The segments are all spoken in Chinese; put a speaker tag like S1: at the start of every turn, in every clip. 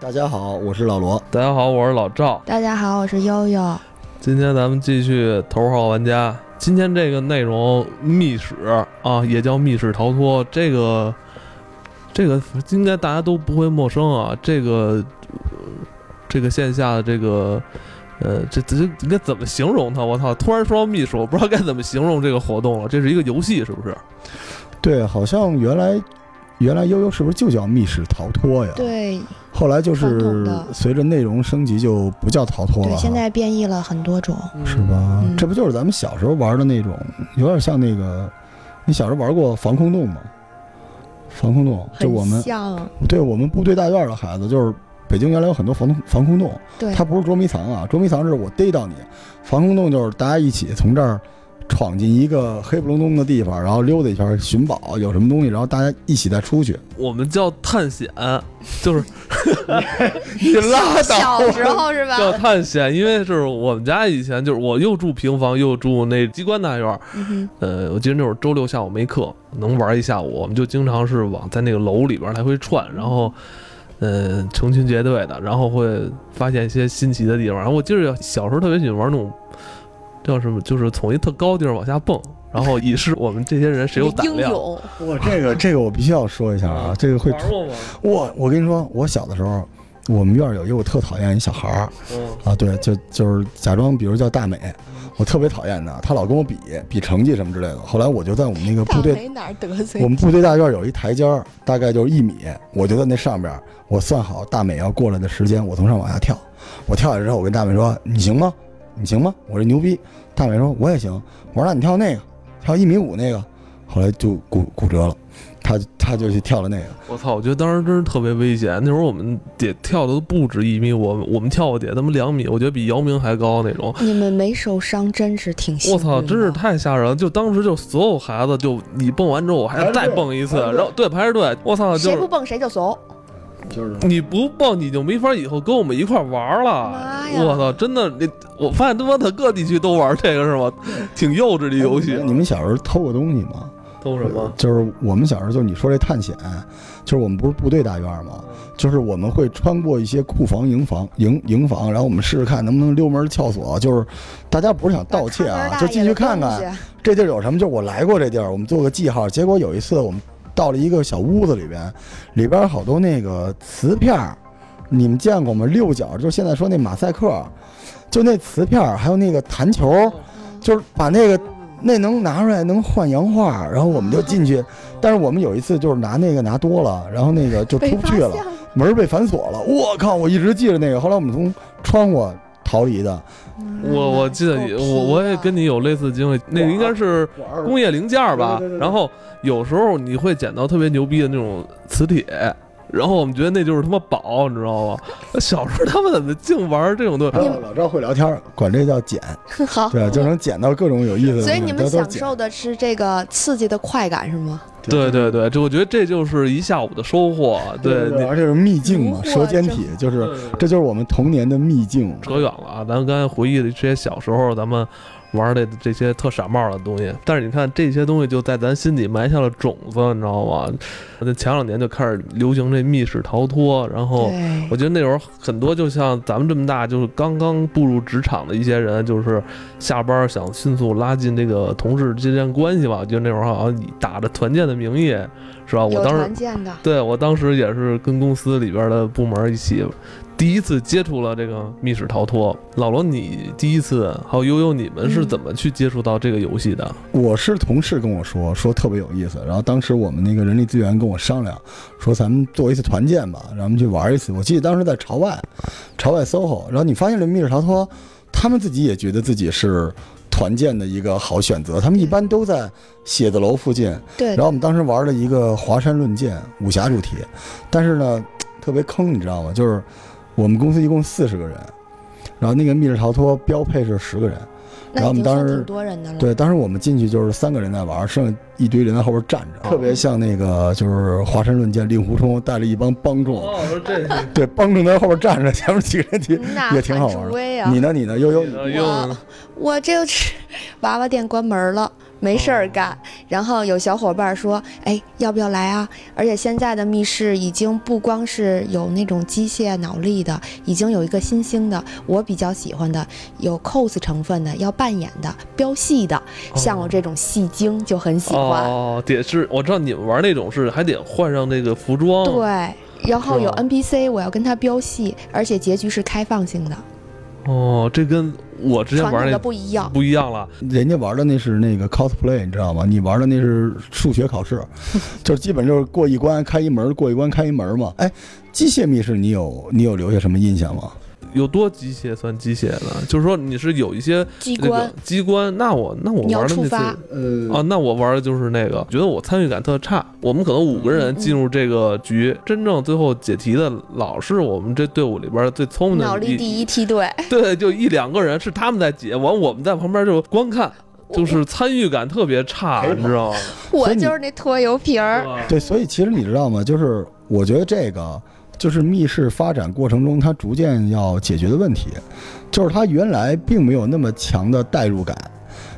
S1: 大家好，我是老罗。
S2: 大家好，我是老赵。
S3: 大家好，我是悠悠。
S2: 今天咱们继续头号玩家。今天这个内容密室啊，也叫密室逃脱。这个，这个应该大家都不会陌生啊。这个，呃这个线下的这个，呃，这这这应该怎么形容它？我操！突然说到密室，我不知道该怎么形容这个活动了。这是一个游戏，是不是？
S1: 对，好像原来原来悠悠是不是就叫密室逃脱呀？，
S3: 对
S1: 后来就
S3: 传
S1: 是
S3: 统的
S1: 随着内容升级，就不叫逃脱了
S3: 对，
S1: 哈。
S3: 现在变异了很多种。
S1: 是吧？
S3: 嗯
S1: 这不就是咱们小时候玩的那种，有点像那个，你小时候玩过防空洞吗？防空洞，就我们
S3: 很像
S1: 对我们部队大院的孩子，就是北京原来有很多防防空洞，
S3: 对
S1: 它不是捉迷藏啊，捉迷藏是我逮到你，防空洞就是大家一起从这儿闯进一个黑不隆咚的地方，然后溜达一圈寻宝，有什么东西，然后大家一起再出去。
S2: 我们叫探险，就是
S1: 你拉倒，
S3: 小时候是吧？
S2: 叫探险，因为是我们家以前就是我又住平房，又住那机关大院儿。
S3: 嗯哼，
S2: 呃，我记得那会儿周六下午没课，能玩一下午，我们就经常是往在那个楼里边来回窜，然后，呃，成群结队的，然后会发现一些新奇的地方。然后我记得小时候特别喜欢玩那种叫什么，就是从一特高地儿往下蹦，然后以示我们这些人谁有胆
S3: 英
S2: 量。
S3: 勇，
S1: 我这个这个我必须要说一下啊，这个会
S2: 玩过吗？
S1: 我我跟你说，我小的时候，我们院儿有一个我特讨厌一小孩儿
S2: 嗯，
S1: 啊，对，就就是假装，比如叫大美，我特别讨厌她，她老跟我比比成绩什么之类的。后来我就在我们那个部
S3: 大
S1: 队，
S3: 没哪儿得罪
S1: 我们部队大院儿有一台阶儿，大概就是一米，我就在那上边儿，我算好大美要过来的时间，我从上往下跳。我跳下来之后，我跟大美说：“你行吗？你行吗？我这牛逼。”大美说：“我也行。”我说：“那你跳那个，跳一米五那个。”后来就骨骨折了，她她就去跳了那个。
S2: 我操！我觉得当时真是特别危险。那会儿我们得跳的都不止一米，我我们跳的得他妈两米，我觉得比姚明还高那种。
S3: 你们没受伤，真是挺幸
S2: 我
S3: 运的。
S2: 操，真是太吓人了！就当时就所有孩子，就你蹦完之后，我还要再蹦一次，
S1: 排着队
S2: 然后对排着队，我操，就
S3: 谁不
S2: 是
S3: 蹦谁就怂。
S1: 就是
S2: 你不蹦你就没法以后跟我们一块玩了
S3: 妈。呀
S2: 我操，真的，你我发现他妈的各地区都玩这个是吗？挺幼稚的游戏。
S1: 哎你们小时候偷过东西吗？
S2: 都什么？
S1: 就是我们小时候，就是你说这探险，就是我们不是部队大院吗？就是我们会穿过一些库房、营房、营营房，然后我们试试看能不能溜门撬锁。就是大家不是想盗窃啊，就进去看看，这地儿有什么？就是我来过这地儿，我们做个记号。结果有一次我们到了一个小屋子里边，里边好多那个瓷片儿，你们见过吗？六角，就是现在说那马赛克，就那瓷片儿，还有那个弹球，
S3: 嗯
S1: 就是把那个那能拿出来能换洋画，然后我们就进去。但是我们有一次就是拿那个拿多了，然后那个就出
S3: 被
S1: 不
S3: 发
S1: 去了
S3: 现。了。
S1: 门儿被反锁了。我靠！我一直记着那个。后来我们从窗户逃离的。
S2: 我我记得你，
S3: 啊
S2: 我我也跟
S3: 你
S2: 你有类似的经历，那个应该是工业零件儿吧
S1: 嗯对对对。对
S2: 然后有时候你会捡到特别牛逼的那种磁铁，然后我们觉得那就是他妈宝，你知道吗？ 小时候他们怎么净玩这种东
S1: 还
S2: 西？
S1: 有老赵会聊天儿，管这叫捡，
S3: 好，
S1: 对，啊就能捡到各种有意思的东西。
S3: 嗯所以你们
S1: 都都
S3: 享
S1: 捡
S3: 受的是这个刺激的快感是吗？
S2: 对对对，这我觉得这就是一下午的收获。
S1: 对
S2: 对，
S1: 对，
S2: 你
S1: 而且是秘境嘛，
S3: 如获
S1: 舌尖体，就是这
S2: 这
S1: 就是我们童年的秘境。
S2: 扯远了啊！咱们刚才回忆了这些小时候咱们玩的这些特傻帽的东西，但是你看这些东西就在咱心里埋下了种子，你知道吗？那前两年就开始流行这密室逃脱，然
S1: 哦
S2: 后。
S3: 对
S2: 我，觉得那时候很多，就像咱们这么大，就是刚刚步入职场的一些人，就是下班想迅速拉近这个同事之间关系吧。我觉得那会儿好像以打着团建的名义，是吧？我
S3: 有
S2: 当时
S3: 团建的，
S2: 对我当时也是跟公司里边的部门一起，第一次接触了这个密室逃脱。老罗，你第一次还有悠悠，你们是
S3: 嗯
S2: 怎么去接触到这个游戏的？
S1: 我是同事跟我说，说特别有意思。然后当时我们那个人力资源跟我商量，说咱们做一次团建吧，然后我们去玩一次。我记得当时在朝外，朝外 SOHO。然后你发现这密室逃脱，他们自己也觉得自己是团建的一个好选择。他们一般都在写字楼附近。
S3: 对
S1: 然后我们当时玩了一个华山论剑武侠主题，但是呢，特别坑，你知道吗？就是我们公司一共四十个人，然后那个密室逃脱标配是十个人。然后
S3: 那
S1: 我
S3: 已
S1: 们
S3: 经
S1: 当
S3: 算
S1: 时
S3: 挺多人的了。
S1: 对，当时我们进去就是三个人在玩，剩下一堆人在后边站着，特别像那个就是华山论剑令狐冲带了一帮帮众，
S2: 哦我说 这
S1: 对，帮众在后边站着，前面几个人去。
S3: 呐
S1: 也挺好玩的
S3: 嗯喊助威啊！
S2: 嗯
S1: 你呢？你呢？悠悠，你
S2: 又
S3: 我我这是娃娃店关门了，没事儿干。
S2: 哦
S3: 然后有小伙伴说：“哎，要不要来啊？”而且现在的密室已经不光是有那种机械脑力的，已经有一个新兴的，我比较喜欢的，有 cos 成分的，要扮演的，飙戏的，像我这种戏精就很喜欢。
S2: 哦，得是，我知道你们玩那种是还得换上这个服装，，
S3: 对。然后有
S2: 是吧
S3: NPC，我要跟他飙戏，而且结局是开放性的，
S2: 哦，这跟我之前
S3: 传
S2: 玩
S3: 统
S2: 那
S3: 的不一样。
S2: 不一样了，
S1: 人家玩的那是那个 cosplay，你知道吗？你玩的那是数学考试，就是基本就是过一关开一门，过一关开一门嘛。哎，机械密室你有你有留下什么印象吗？
S2: 有多机械算机械呢？就是说你是有一些
S3: 机
S2: 那
S3: 关
S2: 个机关，那我那我
S3: 你要
S2: 玩的
S3: 触
S2: 那次
S3: 发
S1: 呃
S2: 啊，那我玩的就是那个，觉得我参与感特差。我们可能五个人进入这个局，真正最后解题的老是我们这队伍里边最聪明的
S3: 脑力
S2: 一，
S3: 第一梯队，
S2: 对，就一两个人是他们在解，完我们在旁边就观看，就是参与感特别差，
S1: 陪跑
S2: 你知道吗？
S1: 所
S3: 我
S1: 以你
S3: 就是那拖油瓶儿。
S2: 对
S1: 对，所以其实你知道吗？就是我觉得这个就是密室发展过程中，它逐渐要解决的问题，就是它原来并没有那么强的代入感。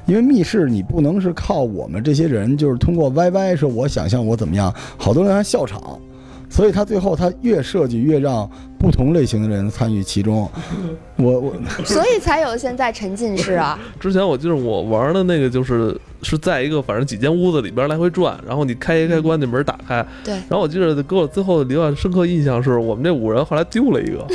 S1: 因为密室，你不能是靠我们这些人，就是通过 YY 说我想象我怎么样，好多人还笑场，所以他最后他越设计越让不同类型的人参与其中。我我
S3: 所以才有现在沉浸式 啊。
S2: 之前我记得我玩的那个就是是在一个反正几间屋子里边来回转，然后你开一开关，那门打开。
S3: 对
S2: 然后我记得给我最后留下深刻印象是我们这五人后来丢了一个，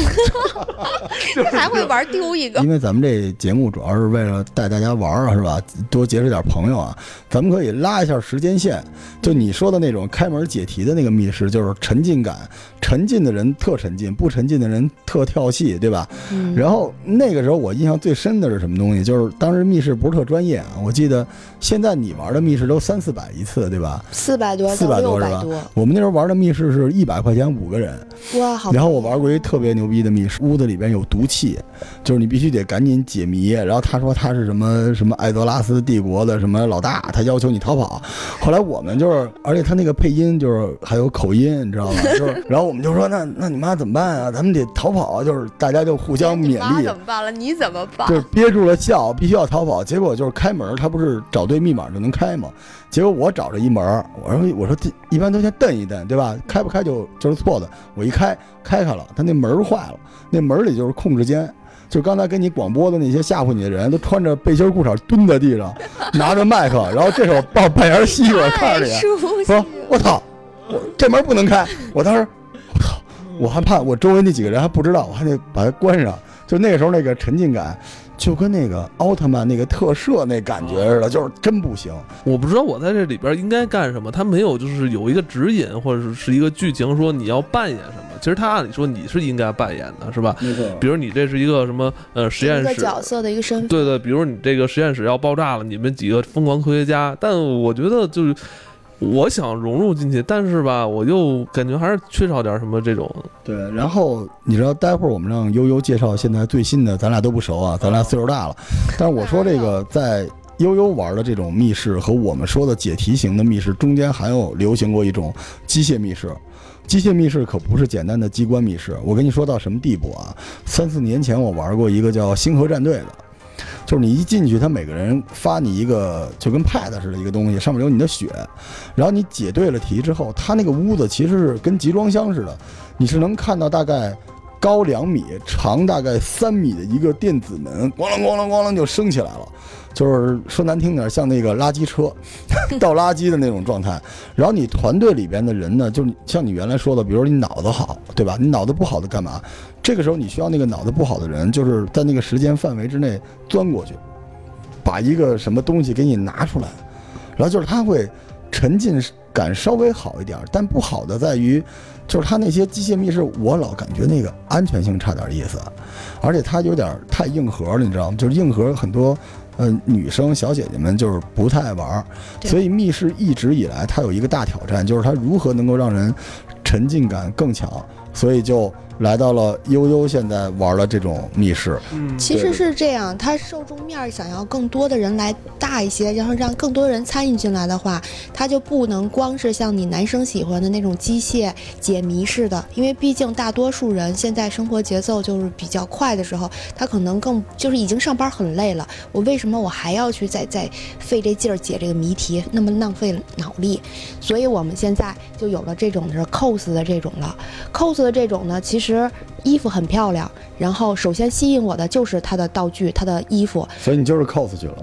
S3: 还会玩丢 一个。
S1: 因为咱们这节目主要是为了带大家玩儿啊，是吧？多结识点朋友啊。咱们可以拉一下时间线，就你说的那种开门解题的那个密室，就是沉浸感，沉浸的人特沉浸，不沉浸的人特跳戏，对吧？
S3: 嗯，
S1: 然后那个时候我印象最深的是什么东西？就是当时密室不是特专业啊，我记得现在你玩的密室都三四百一次，对吧？
S3: 四百多
S1: 400
S3: 到六
S1: 多
S3: 百
S1: 是吧
S3: 多，
S1: 我们那时候玩的密室是一百块钱五个人，
S3: 哇，好。
S1: 然后我玩过一特别牛逼的密室，屋子里边有毒气，就是你必须得赶紧解谜。然后他说他是什么什么艾泽拉斯帝国的什么老大，他要求你逃跑。后来我们就是，而且他那个配音就是还有口音，你知道吗？就是，然后我们就说那那你妈怎么办啊？咱们得逃跑啊，就是大家就互相勉
S3: 你哎妈
S1: 励
S3: 怎。么办了？你怎么办
S1: 就？是憋住了笑，必须要逃跑。结果就是开门，他不是找对密码就能开吗？结果我找着一门，我说我说这一般都先瞪一瞪，对吧？开不开就就是错的。我一开开开了，他那门坏了，那门里就是控制间。就刚才跟你广播的那些吓唬你的人都穿着背心裤衩蹲在地上，拿着麦克，然后这手抱半沿西瓜看
S3: 太
S1: 着你，
S3: 熟悉
S1: 说
S3: 了。：“
S1: 我操，我这门不能开。”我当时，我操，我还怕我周围那几个人还不知道，我还得把它关上。就那个时候那个沉浸感，就跟那个奥特曼那个特摄那感觉似的，就是真不行。
S2: 我不知道我在这里边应该干什么，他没有就是有一个指引或者是是一个剧情说你要扮演什么，其实他按理说你是应该扮演的是吧？
S1: 没错
S2: 比如你这是一个什么呃实验
S3: 一个
S2: 室，
S3: 角色的一个 身份，
S2: 对对，比如你这个实验室要爆炸了，你们几个疯狂科学家，但我觉得就是我想融入进去，但是吧，我又感觉还是缺少点什么这种。
S1: 对，然后你知道，待会儿我们让悠悠介绍现在最新的，咱俩都不熟啊，咱俩岁数大了。但是我说这个在悠悠玩的这种密室和我们说的解题型的密室中间，还有流行过一种机械密室。机械密室可不是简单的机关密室，我跟你说到什么地步啊？三四年前我玩过一个叫《星河战队》的，就是你一进去，他每个人发你一个就跟 pad 似的一个东西，上面有你的血，然后你解对了题之后，他那个屋子其实是跟集装箱似的，你是能看到大概高两米、长大概三米的一个电子门，咣啷咣啷咣啷就升起来了，就是说难听点，像那个垃圾车 倒垃圾的那种状态。然后你团队里边的人呢，就是像你原来说的，比如说你脑子好，对吧？你脑子不好的干嘛？这个时候你需要那个脑子不好的人，就是在那个时间范围之内钻过去，把一个什么东西给你拿出来，然后就是他会沉浸感稍微好一点，但不好的在于。就是他那些机械密室，我老感觉那个安全性差点意思，而且它有点太硬核了，你知道吗？就是硬核很多，呃，女生小姐姐们就是不太爱玩儿，
S3: 对
S1: 所以密室一直以来它有一个大挑战，就是它如何能够让人沉浸感更强，所以就来到了悠悠现在玩了这种密室。
S2: 嗯
S3: 其
S1: 对
S3: 实是这样，它受众面儿想要更多的人来大一些，然后让更多人参与进来的话，它就不能光是像你男生喜欢的那种机械解谜式的，因为毕竟大多数人现在生活节奏就是比较快的时候，他可能更就是已经上班很累了，我为什么我还要去再再费这劲儿解这个谜题，那么浪费脑力？所以我们现在就有了这种是 cos 的这种了，cos 的这种呢，其实衣服很漂亮。然后首先吸引我的就是它的道具，它的衣服。
S1: 所以你就是 cos 去了，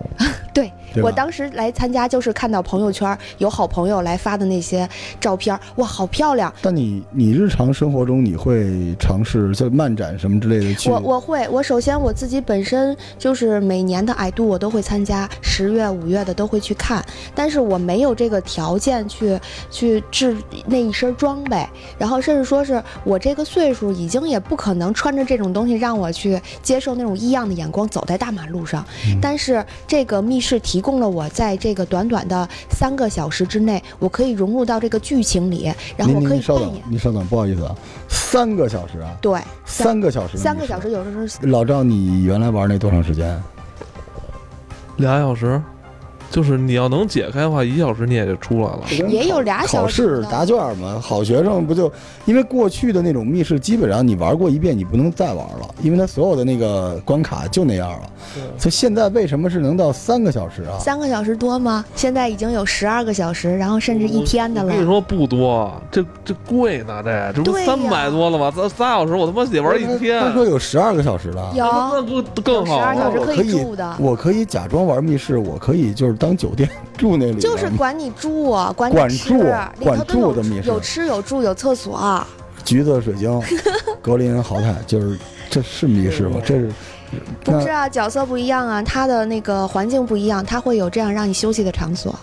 S3: 对
S1: 对吧
S3: 我当时来参加，就是看到朋友圈有好朋友来发的那些照片，哇，好漂亮！
S1: 但你你日常生活中你会尝试像漫展什么之类的去？
S3: 我我会，我首先我自己本身就是每年的矮度我都会参加，十月、五月的都会去看，但是我没有这个条件去去制那一身装备，然后甚至说是我这个岁数已经也不可能穿着这种东西让我去接受那种异样的眼光走在大马路上，
S1: 嗯
S3: 但是这个密室提供了我在这个短短的三个小时之内，我可以融入到这个剧情里，然
S1: 您
S3: 后我
S1: 您
S3: 可以
S1: 您稍
S3: 扮
S1: 等
S3: 演，，
S1: 您稍等，不好意思啊，三个小时啊，
S3: 对，
S1: 三个小时，
S3: 三个小。时有的时候
S1: 老赵，你原来玩那多长时间？
S2: 俩小时，就是你要能解开的话，一小时你也就出来了。
S3: 也有俩小
S1: 考
S3: 时
S1: 试
S3: 的
S1: 答卷嘛，好学生不就因为过去的那种密室，基本上你玩过一遍，你不能再玩了，因为它所有的那个关卡就那样了。所以现在为什么是能到三个小时啊？
S3: 三个小时多吗？现在已经有十二个小时，然后甚至一天的
S2: 我跟你
S1: 嗯
S3: 了。
S2: 说不多，这这贵呢，这这不
S3: 对呀
S2: 三百多了吗？咱仨小时，我他妈得玩一天。
S1: 他说有十二个小时了。
S3: 有
S2: 那不更好
S3: 十二
S2: 吗？哦
S3: 小时
S1: 我
S3: 可
S1: 可
S3: 以
S1: 以
S3: 住的，
S1: 我可以假装玩密室，我可以就是当酒店 住那里边，
S3: 就是管你住，啊管
S1: 管
S3: 你吃，啊
S1: 住
S3: 里
S1: 管
S3: 头都有
S1: 住的密室
S3: 有吃有住有厕所。
S1: 橘子 水晶、格林豪泰，就是这是密室吗？这是
S3: 不是啊，角色不一样啊，它的那个环境不一样，它会有这样让你休息的场所。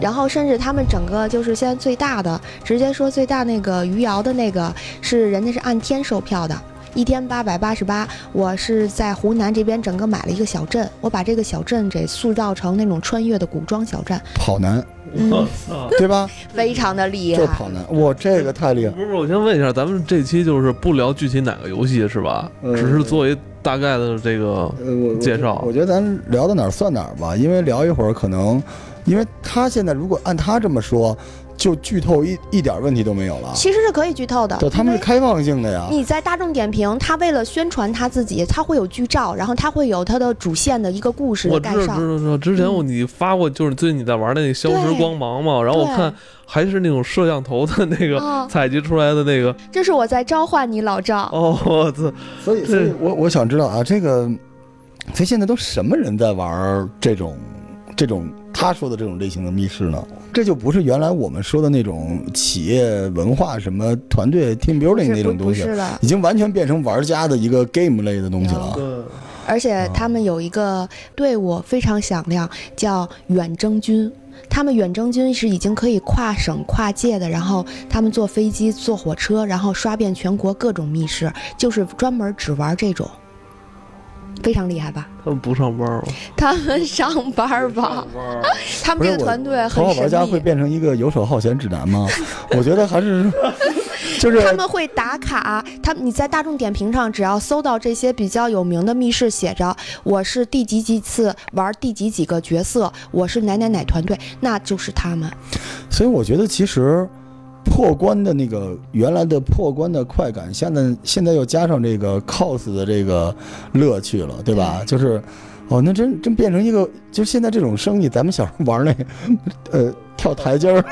S3: 然后甚至他们整个就是现在最大的，直接说最大那个余姚的那个是人家是按天售票的。一天八百八十八，我是在湖南这边整个买了一个小镇，我把这个小镇给塑造成那种穿越的古装小镇，
S1: 跑 男，
S2: 我
S3: 嗯，
S2: 操！
S1: 对 吧？
S3: 非常的厉
S1: 就是
S3: 害
S1: 跑。男，哇，这个太厉害！
S2: 不是，不是我先问一下，咱们这期就是不聊具体哪个游戏是吧？
S1: 呃
S2: 只是作为大概的这个，
S1: 呃，
S3: 嗯
S1: 我我
S2: 介绍
S1: 我觉得咱聊到哪儿算哪儿吧，因为聊一会儿可能，因为他现在如果按他这么说，就剧透一一点问题都没有了。
S3: 其实是可以剧透的，
S1: 对，他们
S3: 因
S1: 是
S3: 为
S1: 开放性的呀。
S3: 你在大众点评，他为了宣传他自己，他会有剧照，然后他会有他的主线的一个故事
S2: 我
S3: 的
S2: 知道知
S3: 介绍。
S2: 道知道。之前我你发过，就是最近你在玩那个《消失
S3: 对
S2: 光芒》嘛，然后我
S3: 对
S2: 看还是那种摄像头的那个
S3: 啊
S2: 采集出来的那个，
S3: 这是我在召唤你，老赵。
S2: 哦，我操！
S1: 所以，所
S3: 嗯
S1: 以我我想知道啊，这个，所以现在都什么人在玩儿这种这种他说的这种类型的密室呢？这就不是原来我们说的那种企业文化、什么团队 team
S3: 不
S1: building
S3: 是
S1: 那
S3: 不
S1: 种
S3: 不
S1: 东西，
S3: 是的，
S1: 已经完全变成玩家的一个 game 类的东西了。
S3: 哦
S2: 对，
S3: 而且他们有一个队伍非常响亮，叫远征军。他们远征军是已经可以跨省跨界的，然后他们坐飞机、坐火车，然后刷遍全国各种密室，就是专门只玩这种，非常厉害吧？
S1: 嗯
S2: 他们不上班吗？
S3: 他们上班儿吧？他们
S1: 不是
S3: 这个
S1: 我
S3: 团队
S1: 头
S3: 很
S1: 号玩家
S3: 神
S1: 会
S3: 秘，
S1: 变成一个游手好闲指南吗？我觉得还是 就是
S3: 他们会打卡。他们你在大众点评上只要搜到这些比较有名的密室，写着我是第几几次玩第几几个角色，我是哪哪哪团队，那就是他们。
S1: 所以我觉得其实破关的那个原来的破关的快感，现在现在又加上这个 cos 的这个乐趣了，对吧？就是哦，那真真变成一个，就现在这种生意，咱们小时候玩那个， 呃，跳台阶儿，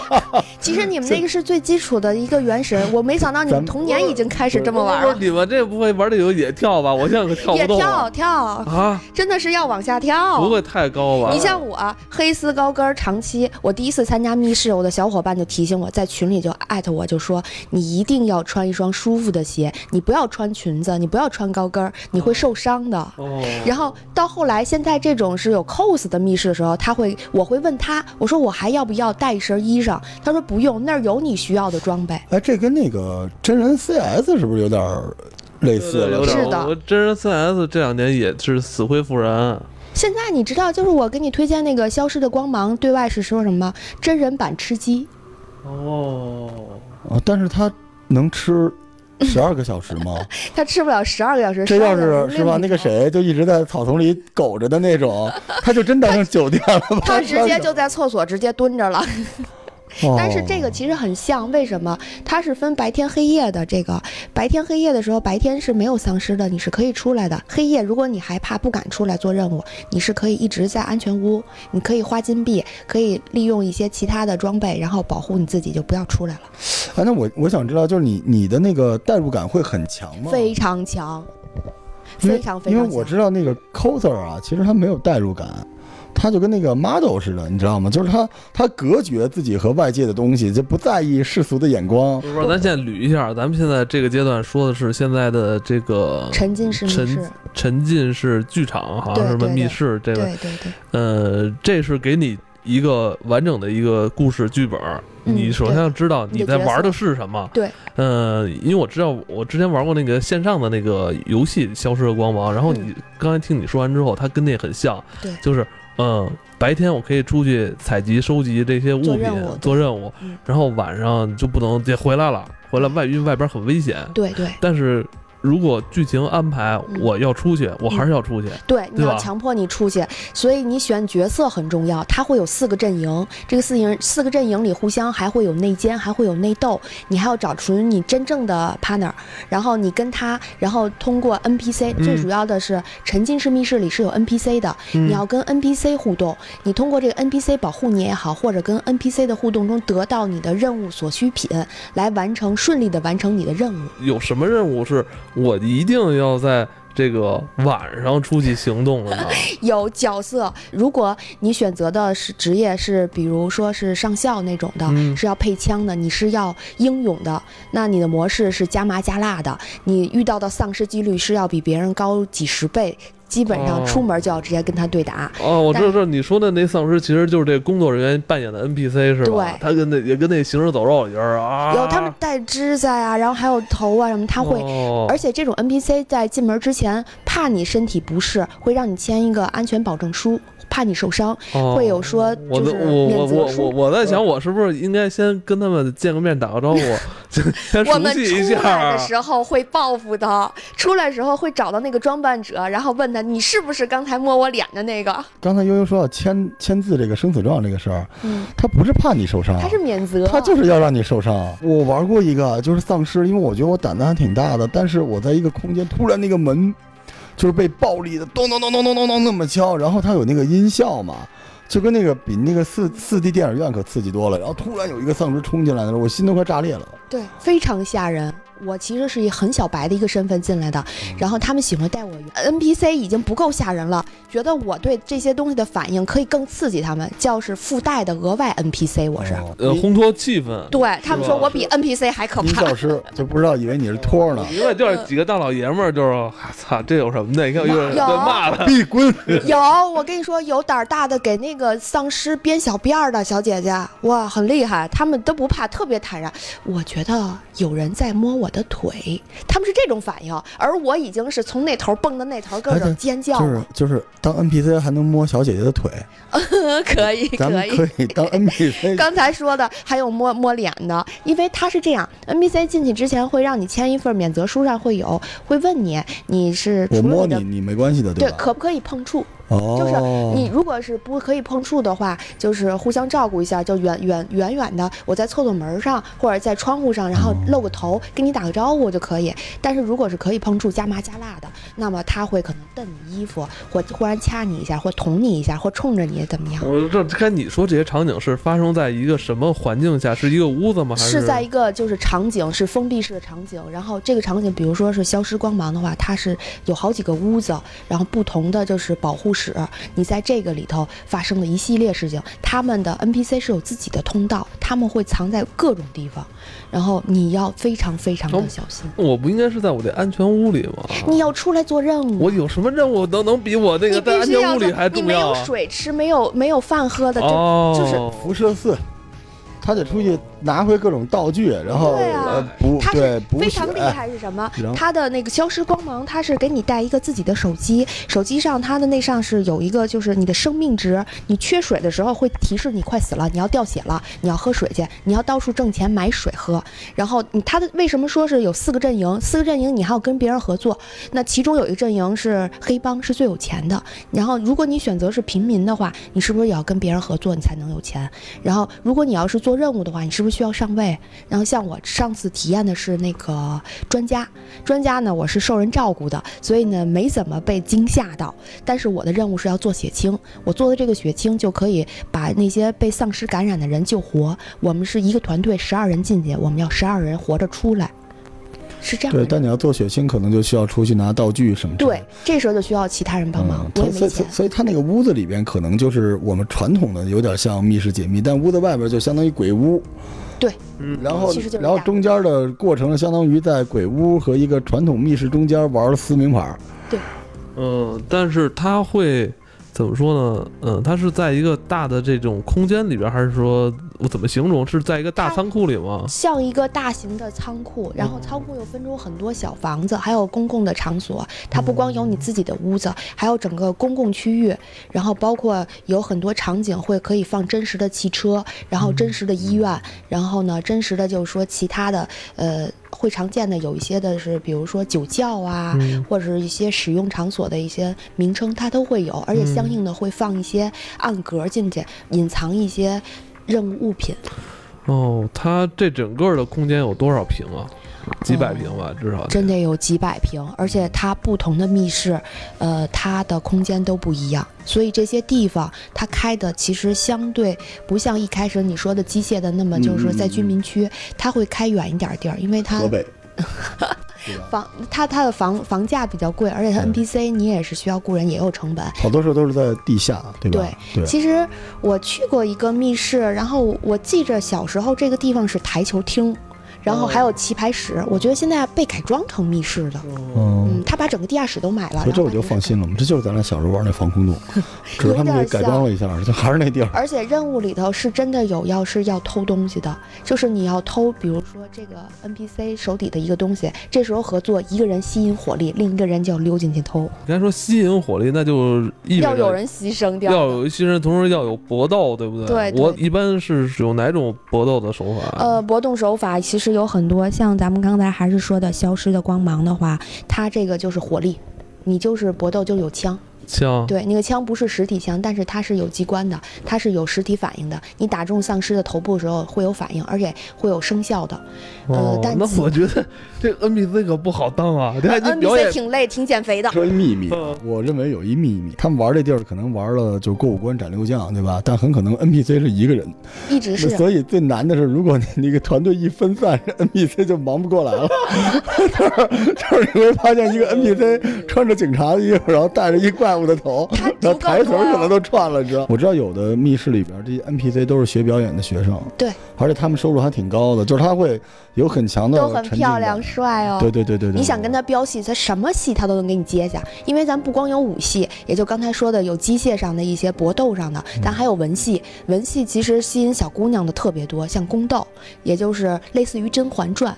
S3: 其实你们那个是最基础的一个原神，我没想到你
S1: 咱
S3: 们
S1: 们
S3: 童年已经开始这么玩啊
S2: 不是
S3: 了，
S2: 你们这不会玩这游戏也跳吧？我现在可跳
S3: 也
S2: 不动了
S3: 跳跳，
S2: 啊！
S3: 真的是要往下
S2: 不
S3: 跳。
S2: 会太高吧？
S3: 你像我黑丝高跟儿长期，我第一次参加密室，我的小伙伴就提醒我在群里就艾特我，就说你一定要穿一双舒服的鞋，你不要穿裙子，你不要穿高跟儿，你会受伤的。
S2: 哦，
S3: 然后到后来，现在这种是有 cos 的密室的时候，他会，我会问他，我说我还要不要带一身衣裳？他说不用，那儿有你需要的装备。
S1: 哎，这跟那个真人 CS 是不是有点儿类
S2: 对
S1: 似
S2: 对有
S1: 了？
S2: 点
S3: 是的
S2: 我真人 CS 这两年也是死灰复燃，
S3: 现在你知道，就是我给你推荐那个《消失的光芒》，对外是说什么真人版吃鸡，
S2: 哦，
S1: 啊，但是它能吃十二个小时吗？
S3: 他吃不了 十二个小时，
S1: 这要
S3: 12
S1: 是
S3: 个小时
S1: 是吧？
S3: 累
S1: 那个
S3: 死了，
S1: 谁就一直在草丛里苟着的那 种，他就真当成酒店了吧？
S3: 他直接就在厕所直接蹲着了。
S1: 哦。
S3: 但是这个其实很像，为什么？它是分白天黑夜的。这个白天黑夜的时候，白天是没有丧尸的，你是可以出来的。黑夜，如果你害怕不敢出来做任务，你是可以一直在安全屋，你可以花金币，可以利用一些其他的装备，然后保护你自己，就不要出来了。
S1: 哎，那我我想知道，就是你你的那个代入感会很强吗？
S3: 非常强，
S1: 因为
S3: 非常非常
S1: 因为我
S3: 强。
S1: 知道那个 coser 啊，其实他没有代入感，他就跟那个 model 似的，你知道吗？就是他他隔绝自己和外界的东西，就不在意世俗的眼光
S2: 不。是，不是咱现在捋一下，咱们现在这个阶段说的是现在的这个
S3: 沉浸式密
S2: 沉
S3: 室，
S2: 沉浸式剧场，好像
S3: 对
S2: 什么
S3: 对
S2: 密
S3: 对
S2: 室这
S3: 对
S2: 个，
S3: 对对，
S2: 呃，这是给你一个完整的一个故事剧本儿。
S3: 嗯
S2: 你首先要知道
S3: 你
S2: 你
S3: 的
S2: 在
S3: 角色
S2: 玩的是什么。
S3: 对，
S2: 呃，因为我知道我之前玩过那个线上的那个游戏《消失的光芒》，然后你刚才听你说完之后，它跟那很像，
S3: 嗯对
S2: 就是嗯、呃白天我可以出去采集、收集这些物
S3: 做
S2: 品
S3: 任务
S2: 做任务
S3: 嗯，
S2: 然后晚上就不能再回来了，回来外因为外边很危险。
S3: 对对
S2: 但是如果剧情安排
S3: 嗯
S2: 我要出去，我还是要出去。
S3: 对，你
S2: 对
S3: 要
S2: 吧
S3: 强迫你出去，所以你选角色很重要。它会有四个阵营，这个四营四个阵营里互相还会有内奸，还会有内斗，你还要找属于你真正的 partner，然后你跟他，然后通过 NPC，、最
S2: 嗯
S3: 主要的是沉浸式密室里是有 NPC 的，你要跟 NPC 互动，你通过这个 NPC 保护你也好，或者跟 NPC 的互动中得到你的任务所需品，来完成顺利的完成你的任务。
S2: 有什么任务是我一定要在这个晚上出去行动的呢？
S3: 哎有角色，如果你选择的是职业是，比如说是上校那种的，
S2: 嗯
S3: 是要配枪的，你是要英勇的，那你的模式是加麻加辣的，你遇到的丧尸几率是要比别人高几十倍，基本上
S2: 哦
S3: 出门就要直接跟他对打。
S2: 哦，我知道，知道你说的那丧尸其实就是这工作人员扮演的 NPC 是吧
S3: 对？
S2: 他跟那也跟那行尸走肉里边儿啊，
S3: 有他们带指甲呀、然后还有头啊什么，他会。
S2: 哦
S3: 而且这种 NPC 在进门之前，怕你身体不适，会让你签一个安全保证书，怕你受伤，
S2: 哦
S3: 会有说
S2: 我
S3: 就是
S2: 都我我
S3: 免责
S2: 我
S3: 书
S2: 我我在想，我是不是应该先跟他们见个面，打个招呼，先先
S3: 我
S2: 熟
S3: 们
S2: 悉一
S3: 出来
S2: 下
S3: 的。时候会报复的，出来时候会找到那个装扮者，然后问他你是不是刚才摸我脸的那个？
S1: 刚才悠悠说到签签字这个生死状这个事儿，
S3: 嗯，
S1: 他不是怕你受伤，啊
S3: 他是免责，
S1: 哦他就是要让你受伤。我玩过一个就是丧尸，因为我觉得我胆子还挺大的，但是我在一个空间突然那个门就是被暴力的咚咚咚咚咚咚咚那么敲，然后它有那个音效嘛。就跟那个比那个四四 D 电影院可刺激多了，然后突然有一个丧尸冲进来的时候，我心都快炸裂了。
S3: 对，非常吓人。我其实是以很小白的一个身份进来的，
S1: 嗯
S3: 然后他们喜欢带我远 NPC 已经不够吓人了，觉得我对这些东西的反应可以更刺激他们，叫是附带的额外 NPC。我是，啊
S1: 哦
S2: 呃，烘托气氛。
S3: 对他们
S2: 是吧
S3: 说我比 NPC 还可
S1: 音
S3: 怕
S1: 效。师就不知道以为你是托呢，
S2: 另外就是几个大老爷们儿，就是啊操，这有什么的？你看又
S3: 有
S2: 骂他，
S1: 必 滚！
S3: 有，我跟你说，有胆儿大的给那个丧尸编小辫儿的小姐姐，哇，很厉害，他们都不怕，特别坦然。我觉得有人在摸我的腿，他们是这种反应，而我已经是从那头蹦到那头，各
S1: 哎对
S3: 种尖叫
S1: 就
S3: 了
S1: 是。就是当 NPC 还能摸小姐姐的腿，
S3: 可以，
S1: 咱
S3: 可
S1: 们
S3: 以。
S1: 可以当 NPC。
S3: 刚才说的还有摸摸脸的，因为他是这样，NPC 进去之前会让你签一份免责书，上会有会问你你是
S1: 我
S3: 除了
S1: 摸
S3: 的
S1: 你，你没关系的，
S3: 对
S1: 吧？
S3: 可不可以碰触，
S1: 哦，
S3: 就是你如果是不可以碰触的话，就是互相照顾一下，就远远远远的，我在厕所门上或者在窗户上，然后露个头跟你打个招呼就可以。但是如果是可以碰触加麻加辣的，那么他会可能蹬你衣服，或忽然掐你一下，或捅你一下，或冲着你怎么样？
S2: 我这看你说这些场景是发生在一个什么环境下？是一个屋子吗？还
S3: 是在一个就是场景是封闭式的场景，然后这个场景比如说是消失光芒的话，它是有好几个屋子，然后不同的就是保护室，你在这个里头发生的一系列事情，他们的 NPC 是有自己的通道，他们会藏在各种地方，然后你要非常非常
S2: 哦
S3: 的小心，
S2: 我不应该是在我的安全屋里吗？
S3: 你要出来做任务。
S2: 我有什么任务能能比我那
S3: 你
S2: 个在
S3: 必
S2: 安
S3: 须
S2: 全
S3: 要
S2: 屋里还
S3: 在，你
S2: 重
S3: 没
S2: 要
S3: 有
S2: 啊？
S3: 水吃，没有没有饭喝的，就
S2: 哦，
S3: 就是
S1: 辐射四，他得出去拿回各种道具，然后
S3: 对啊
S1: 呃补
S3: 他
S1: 对
S3: 是
S1: 补
S3: 非
S1: 血
S3: 常，厉害是什么
S1: 然？后
S3: 它的那个消失光芒，它是给你带一个自己的手机，手机上它的那上是有一个就是你的生命值，你缺水的时候会提示你快死了，你要掉血了，你要喝水去，你要到处挣钱买水喝。然后你它的为什么说是有四个阵营？四个阵营你还要跟别人合作，那其中有一个阵营是黑帮，是最有钱的。然后如果你选择是平民的话，你是不是也要跟别人合作，你才能有钱？然后如果你要是做任务的话，你是不是需要上位？然后像我上次体验的是那个专家，专家呢我是受人照顾的，所以呢没怎么被惊吓到。但是我的任务是要做血清，我做的这个血清就可以把那些被丧尸感染的人救活。我们是一个团队，十二人进去，我们要十二人活着出来，是这样的
S1: 对，
S3: 任务。
S1: 但你要做血清，可能就需要出去拿道具什么之类的。
S3: 对，这时候就需要其他人帮忙
S1: 嗯，，
S3: 我
S1: 它
S3: 也
S1: 所
S3: 没
S1: 以所
S3: 钱
S1: 以。所以它那个屋子里边可能就是我们传统的有点像密室解密，但屋子外边就相当于鬼屋。
S3: 对，
S2: 嗯
S1: 然后
S3: 其实就是
S1: 然后
S3: 大
S1: 中间的过程相当于在鬼屋和一个传统密室中间玩撕名牌儿。
S2: 嗯，但是它会怎么说呢？嗯，它是在一个大的这种空间里边，还是说我怎么形容？是在一个大
S3: 它
S2: 仓库里吗？
S3: 像一个大型的仓库，然后
S2: 嗯
S3: 仓库又分出很多小房子，还有公共的场所。它不光有你自己的屋
S2: 嗯
S3: 子，还有整个公共区域，然后包括有很多场景会可以放真实的汽车，然后真实的医
S2: 嗯
S3: 院，然后呢，真实的就是说其他的呃会常见的有一些的是，比如说酒窖啊，
S2: 嗯
S3: 或者是一些使用场所的一些名称，它都会有，而且相应的会放一些暗格进去，隐藏一些任务物品。
S2: 哦，它这整个的空间有多少平啊？几
S3: 哦
S2: 百平吧，至少
S3: 真得有几百平，
S1: 嗯
S3: 而且它不同的密室，呃，它的空间都不一样，所以这些地方它开的其实相对不像一开始你说的机械的那么，
S1: 嗯
S3: 就是说
S1: 嗯
S3: 在
S1: 嗯
S3: 居民区，它会开远一点儿地儿，因为它
S1: 北，对吧
S3: 房它它的房房价比较贵，而且它
S1: 嗯
S3: NPC 你也是需要雇人，也有成本。
S1: 好多时候都是在地下，对吧？对
S3: 其实我去过一个密室，然后我记着小时候这个地方是台球厅，然
S1: 哦
S3: 后还有棋牌室，我觉得现在被改装成密室了。嗯
S1: 嗯，，
S3: 他把整个地下室都买了，
S1: 所以
S3: 然
S1: 这我
S3: 后把
S1: 就
S3: 地下
S1: 放
S3: 室
S1: 心了嘛，这就是咱俩小时候玩那防空洞，只是他们给改装了一下，就还是那地 儿。
S3: 而且任务里头是真的有要是要偷东西的，就是你要偷，比如说这个 NPC 手底的一个东西，这时候合作，一个人吸引火力，另一个人就要溜进去偷，
S2: 你刚才说吸引火力，那就意味着
S3: 要有人牺牲掉。
S2: 要有一些人，同时要有搏斗，对不对？
S3: 对对
S2: 我一般是使用哪种搏斗的手法？
S3: 呃，搏动手法其实有很多，像咱们刚才还是说的消失的光芒的话，它这个就是火力，你就是搏斗就有枪，
S2: 枪，
S3: 对，那个枪不是实体枪，但是它是有机关的，它是有实体反应的。你打中丧尸的头部的时候会有反应，而且会有生效的。呃
S2: 哦，
S3: 但
S2: 那
S3: 此
S2: 我觉得 这 NPC 可不好当啊！你看你表
S3: NPC
S2: 演，
S3: 呃挺累，挺减肥的。
S1: 说一秘密
S2: 嗯
S1: 我认为有一秘密，他们玩这地儿可能玩了就过五关斩六将，对吧？但很可能 NPC 是一个人，
S3: 一直是
S1: 那所以最难的是，如果你那个团队一分散，NPC 就忙不过来了。就是就是你会发现，一个 NPC 穿着警察的衣服，然后戴着一怪物的头
S3: 他足，
S1: 然
S3: 够
S1: 后台词儿
S3: 多啊
S1: 可能都串了，你知道？我知道有的密室里边，这些 NPC 都是学表演的学生，
S3: 对，
S1: 而且他们收入还挺高的，就是他会有很强的
S3: 都很
S1: 沉浸
S3: 漂
S1: 感
S3: 亮，。帅哦。
S1: 对对对对对，
S3: 你想跟他飙戏，他什么戏他都能给你接下，因为咱不光有武戏，也就刚才说的有机械上的一些搏斗上的，咱还有文戏。文戏其实吸引小姑娘的特别多，像宫斗，也就是类似于《甄嬛传》，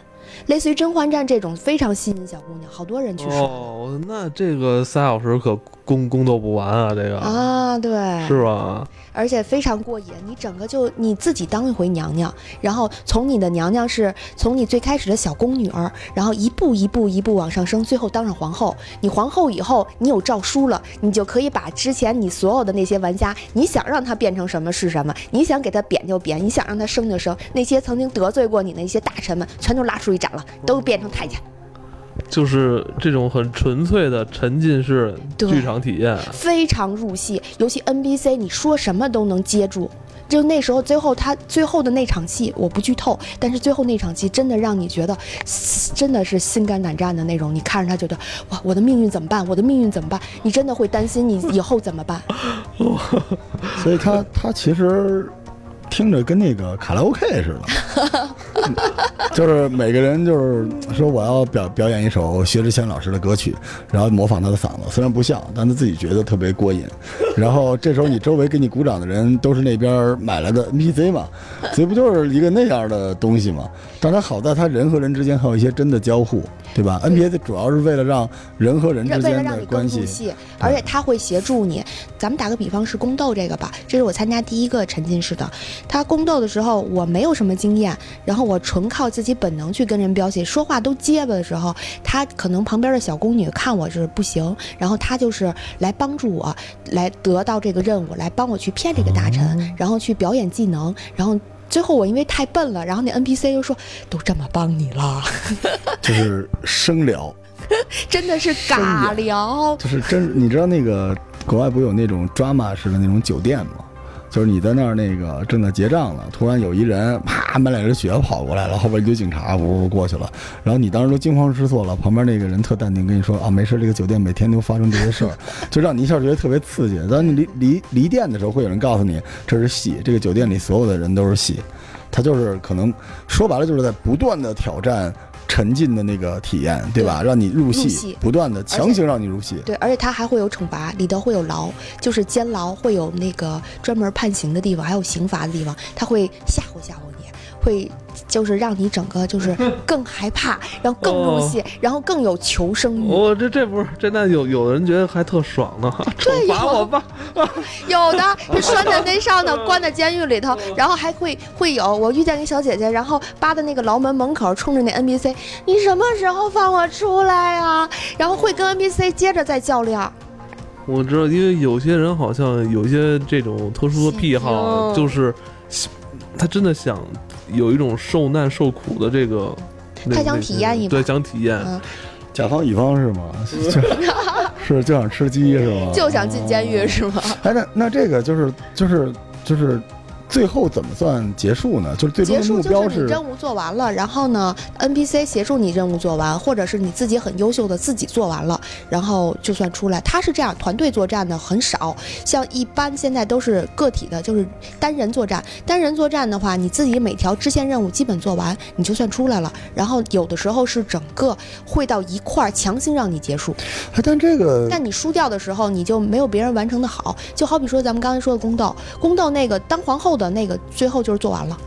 S3: 类似于《甄嬛传》这种非常吸引小姑娘，好多人去耍。
S2: 哦，那这个仨小时可攻攻斗不完啊！这个、
S3: 啊，对，
S2: 是吧？
S3: 而且非常过瘾。你整个就你自己当一回娘娘，然后从你的娘娘是从你最开始的小宫女儿，然后一步一步一步往上升，最后当上皇后。你皇后以后，你有诏书了，你就可以把之前你所有的那些玩家，你想让她变成什么是什么，你想给她贬就贬，你想让她升就升，那些曾经得罪过你的一些大臣们，全都拉出一斩了，都变成太监。
S2: 就是这种很纯粹的沉浸式
S3: 对
S2: 剧场体验。
S3: 非常入戏，尤其 NBC，你说什么都能接住。就那时候，最后他最后的那场戏，我不剧透，但是最后那场戏真的让你觉得，嘶真的是心肝胆战的那种。你看着他觉得，哇，我的命运怎么办？我的命运怎么办？你真的会担心你以后怎么办？
S1: 所以他他其实听着跟那个卡拉 OK 似的， 嗯就是每个人就是说我要表表演一首薛之谦老师的歌曲，然后模仿他的嗓子，虽然不像，但他自己觉得特别过瘾。然后这时候你周围给你鼓掌的人都是那边买来的 MPC 嘛，所以不就是一个那样的东西嘛？但他好在他人和人之间还有一些真的交互，对吧？NPC 主要是为了让人和人之
S3: 为了
S1: 间
S3: 让
S1: 的
S3: 你更
S1: 关系
S3: 入， 戏，而且他会协助你。咱们打个比方是宫斗这个吧，这是我参加第一个沉浸式的。他宫斗的时候我没有什么经验，然后我纯靠自己本能去跟人飙戏，说话都结巴的时候，他可能旁边的小宫女看我是不行，然后他就是来帮助我，来得到这个任务，来帮我去骗这个大臣，
S1: 哦
S3: 然后去表演技能，然后。最后我因为太笨了，然后那 NPC 又说都这么帮你了，
S1: 就是生聊。
S3: 真的是尬聊，
S1: 就是真，你知道那个国外不有那种 drama 式的那种酒店吗？就是你在那儿那个正在结账呢，突然有一人啪满脸是血跑过来了，后边一堆警察呜呜过去了，然后你当时都惊慌失措了，旁边那个人特淡定跟你说啊没事，这个酒店每天都发生这些事儿， 就让你一下觉得特别刺激。当你离离离店的时候，会有人告诉你这是戏，这个酒店里所有的人都是戏，他就是可能说白了就是在不断的挑战沉浸的那个体验，对吧？让你入戏，
S3: 入戏
S1: 不断的强行让你入戏。
S3: 对，而且他还会有惩罚，里头会有牢，就是监牢，会有那个专门判刑的地方，还有刑罚的地方，他会吓唬吓唬你，会就是让你整个就是更害怕，然后更入戏，然后更有求生欲。
S2: 我、哦这这不是这那有有的人觉得还特爽呢，
S3: 对
S2: 惩罚
S3: 有
S2: 我吧，
S3: 有的是拴在那上头，关在监狱里头，然后还会会有我遇见一小姐姐，然后扒在那个牢门门口，冲着那 NPC，你什么时候放我出来啊？然后会跟 NPC 接着再较量。
S2: 我知道，因为有些人好像有些这种特殊的癖好，
S3: 喜欢
S2: 就是喜他真的想有一种受难受苦的这个，那
S3: 他想
S2: 那
S3: 体验一把
S2: 对，想体验。
S3: 嗯
S1: 甲方乙方是吗？ 就是就想吃鸡是吗？
S3: 就想进监狱
S1: 哦。
S3: 是吗？
S1: 哎，那那这个就是就是就是最后怎么算结束呢？就是最终
S3: 结
S1: 的
S3: 束
S1: 目
S3: 就
S1: 标
S3: 是
S1: 是
S3: 你任务做完了，然后呢，NPC 协助你任务做完，或者是你自己很优秀的自己做完了，然后就算出来。他是这样，团队作战的很少，像一般现在都是个体的，就是单人作战。单人作战的话，你自己每条支线任务基本做完，你就算出来了。然后有的时候是整个汇到一块儿，强行让你结束。
S1: 哎，但这个
S3: 但你输掉的时候，你就没有别人完成的好。就好比说咱们刚才说的宫斗，宫斗那个当皇后的那个，最后就是做完了。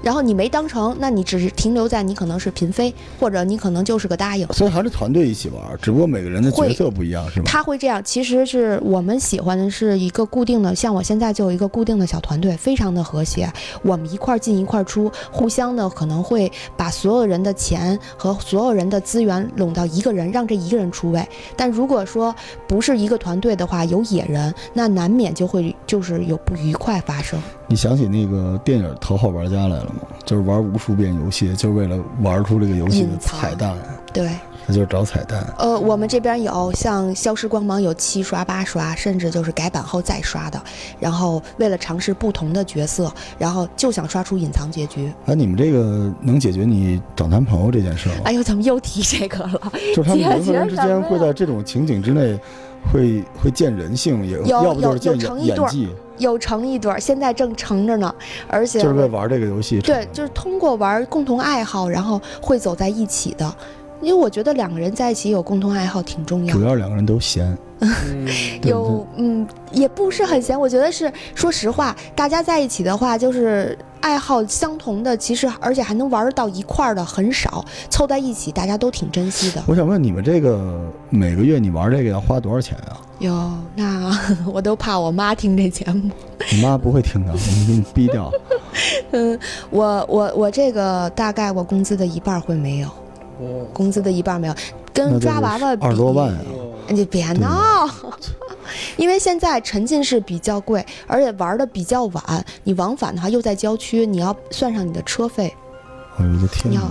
S3: 然后你没当成，那你只是停留在你可能是嫔妃，或者你可能就是个答应。
S1: 所以还是团队一起玩，只不过每个人的角色不一样是吗？
S3: 他会这样，其实是我们喜欢的是一个固定的，像我现在就有一个固定的小团队，非常的和谐，我们一块儿进一块儿出，互相的可能会把所有人的钱和所有人的资源拢到一个人，让这一个人出位。但如果说不是一个团队的话，有野人，那难免就会就是有不愉快发生。
S1: 你想起那个电影《头号玩家》来了吗？就是玩无数遍游戏，就是为了玩出这个游戏的
S3: 隐藏
S1: 彩蛋，
S3: 对，
S1: 那就是找彩蛋。
S3: 呃，我们这边有像《消失光芒》有七刷、八刷，甚至就是改版后再刷的。然后为了尝试不同的角色，然后就想刷出隐藏结局。
S1: 哎，你们这个能解决你找男朋友这件事吗？
S3: 哎呦，怎么又提这个了？
S1: 就是他们
S3: 解
S1: 人和
S3: 决
S1: 人之
S3: 什
S1: 间
S3: 么
S1: 会
S3: 呀
S1: 在这种情景之内会，会见人性，也
S3: 有
S1: 要不就是
S3: 有
S1: 见
S3: 有成
S1: 演
S3: 一对
S1: 演
S3: 儿
S1: 技，
S3: 有成一对儿，现在正成着呢，而且
S1: 就是为玩这个游戏成的。
S3: 对，就是通过玩共同爱好，然后会走在一起的。因为我觉得两个人在一起有共同爱好挺重要
S1: 主。要是两个人都闲，
S2: 嗯
S1: 对
S3: 有嗯，也不是很闲，我觉得是说实话，大家在一起的话，就是爱好相同的，其实而且还能玩到一块儿的很少，凑在一起大家都挺珍惜的。
S1: 我想问你们，这个每个月你玩这个要花多少钱啊？
S3: 哟，那 我都怕我妈听这节目。
S1: 你妈不会听的，我们给你逼掉。
S3: 嗯，我我我这个大概我工资的一半儿会没有，
S2: 哦
S3: 工资的一半儿没有，
S1: 那
S3: 跟
S1: 就
S3: 抓
S1: 是
S3: 娃娃比
S1: 20多万啊
S2: 哦
S3: 你别闹， 因为现在沉浸式比较贵，而且玩的比较晚，你往返的话又在郊区，你要算上你的车费，
S1: 哎呦我的天
S3: 你
S1: 哪
S3: 要！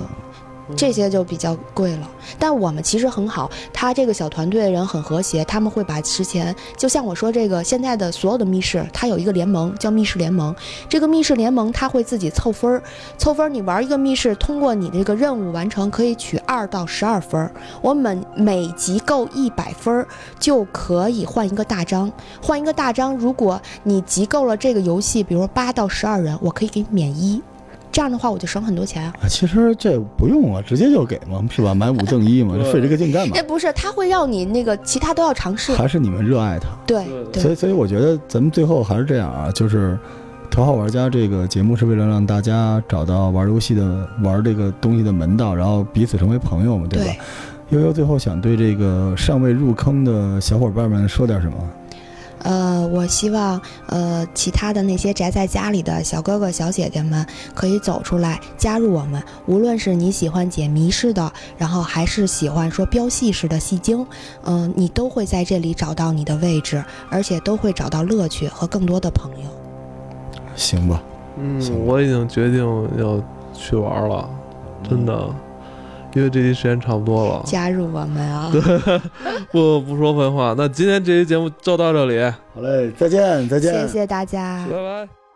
S3: 这些就比较贵了。但我们其实很好，他这个小团队的人很和谐，他们会把之前，就像我说这个现在的所有的密室，它有一个联盟叫密室联盟，这个密室联盟它会自己凑分儿，凑分儿你玩一个密室，通过你这个任务完成可以取二到十二分儿，我们每集够一百分儿就可以换一个大章，换一个大章，如果你集够了这个游戏，比如八到十二人，我可以给你免一。这样的话，我就省很多钱啊！
S1: 啊，其实这不用啊，直接就给嘛，是吧？买五赠一嘛，
S2: 对
S1: 费这个劲干嘛
S3: 哎，？不是，它会让你那个其他都要尝试。
S1: 还是你们热爱它。
S3: 对
S2: 对对
S1: 所以，所以我觉得咱们最后还是这样啊，就是《头号玩家》这个节目是为了让大家找到玩游戏的、玩这个东西的门道，然后彼此成为朋友嘛，对吧
S3: 对？
S1: 悠悠最后想对这个尚未入坑的小伙伴们说点什么？
S3: 呃，我希望呃其他的那些宅在家里的小哥哥小姐姐们可以走出来，加入我们。无论是你喜欢解谜式的，然后还是喜欢说标戏式的戏精，嗯、你都会在这里找到你的位置，而且都会找到乐趣和更多的朋友。
S1: 哦行吧，
S2: 嗯，我已经决定要去玩了，真
S3: 嗯
S2: 的，因为这期时间差不多了。
S3: 加入我们啊！
S2: 不不
S3: 啊
S2: 说废话，那今天这期节目就到这里，
S1: 好嘞，再见，再见，
S3: 谢谢大家。
S2: 拜拜。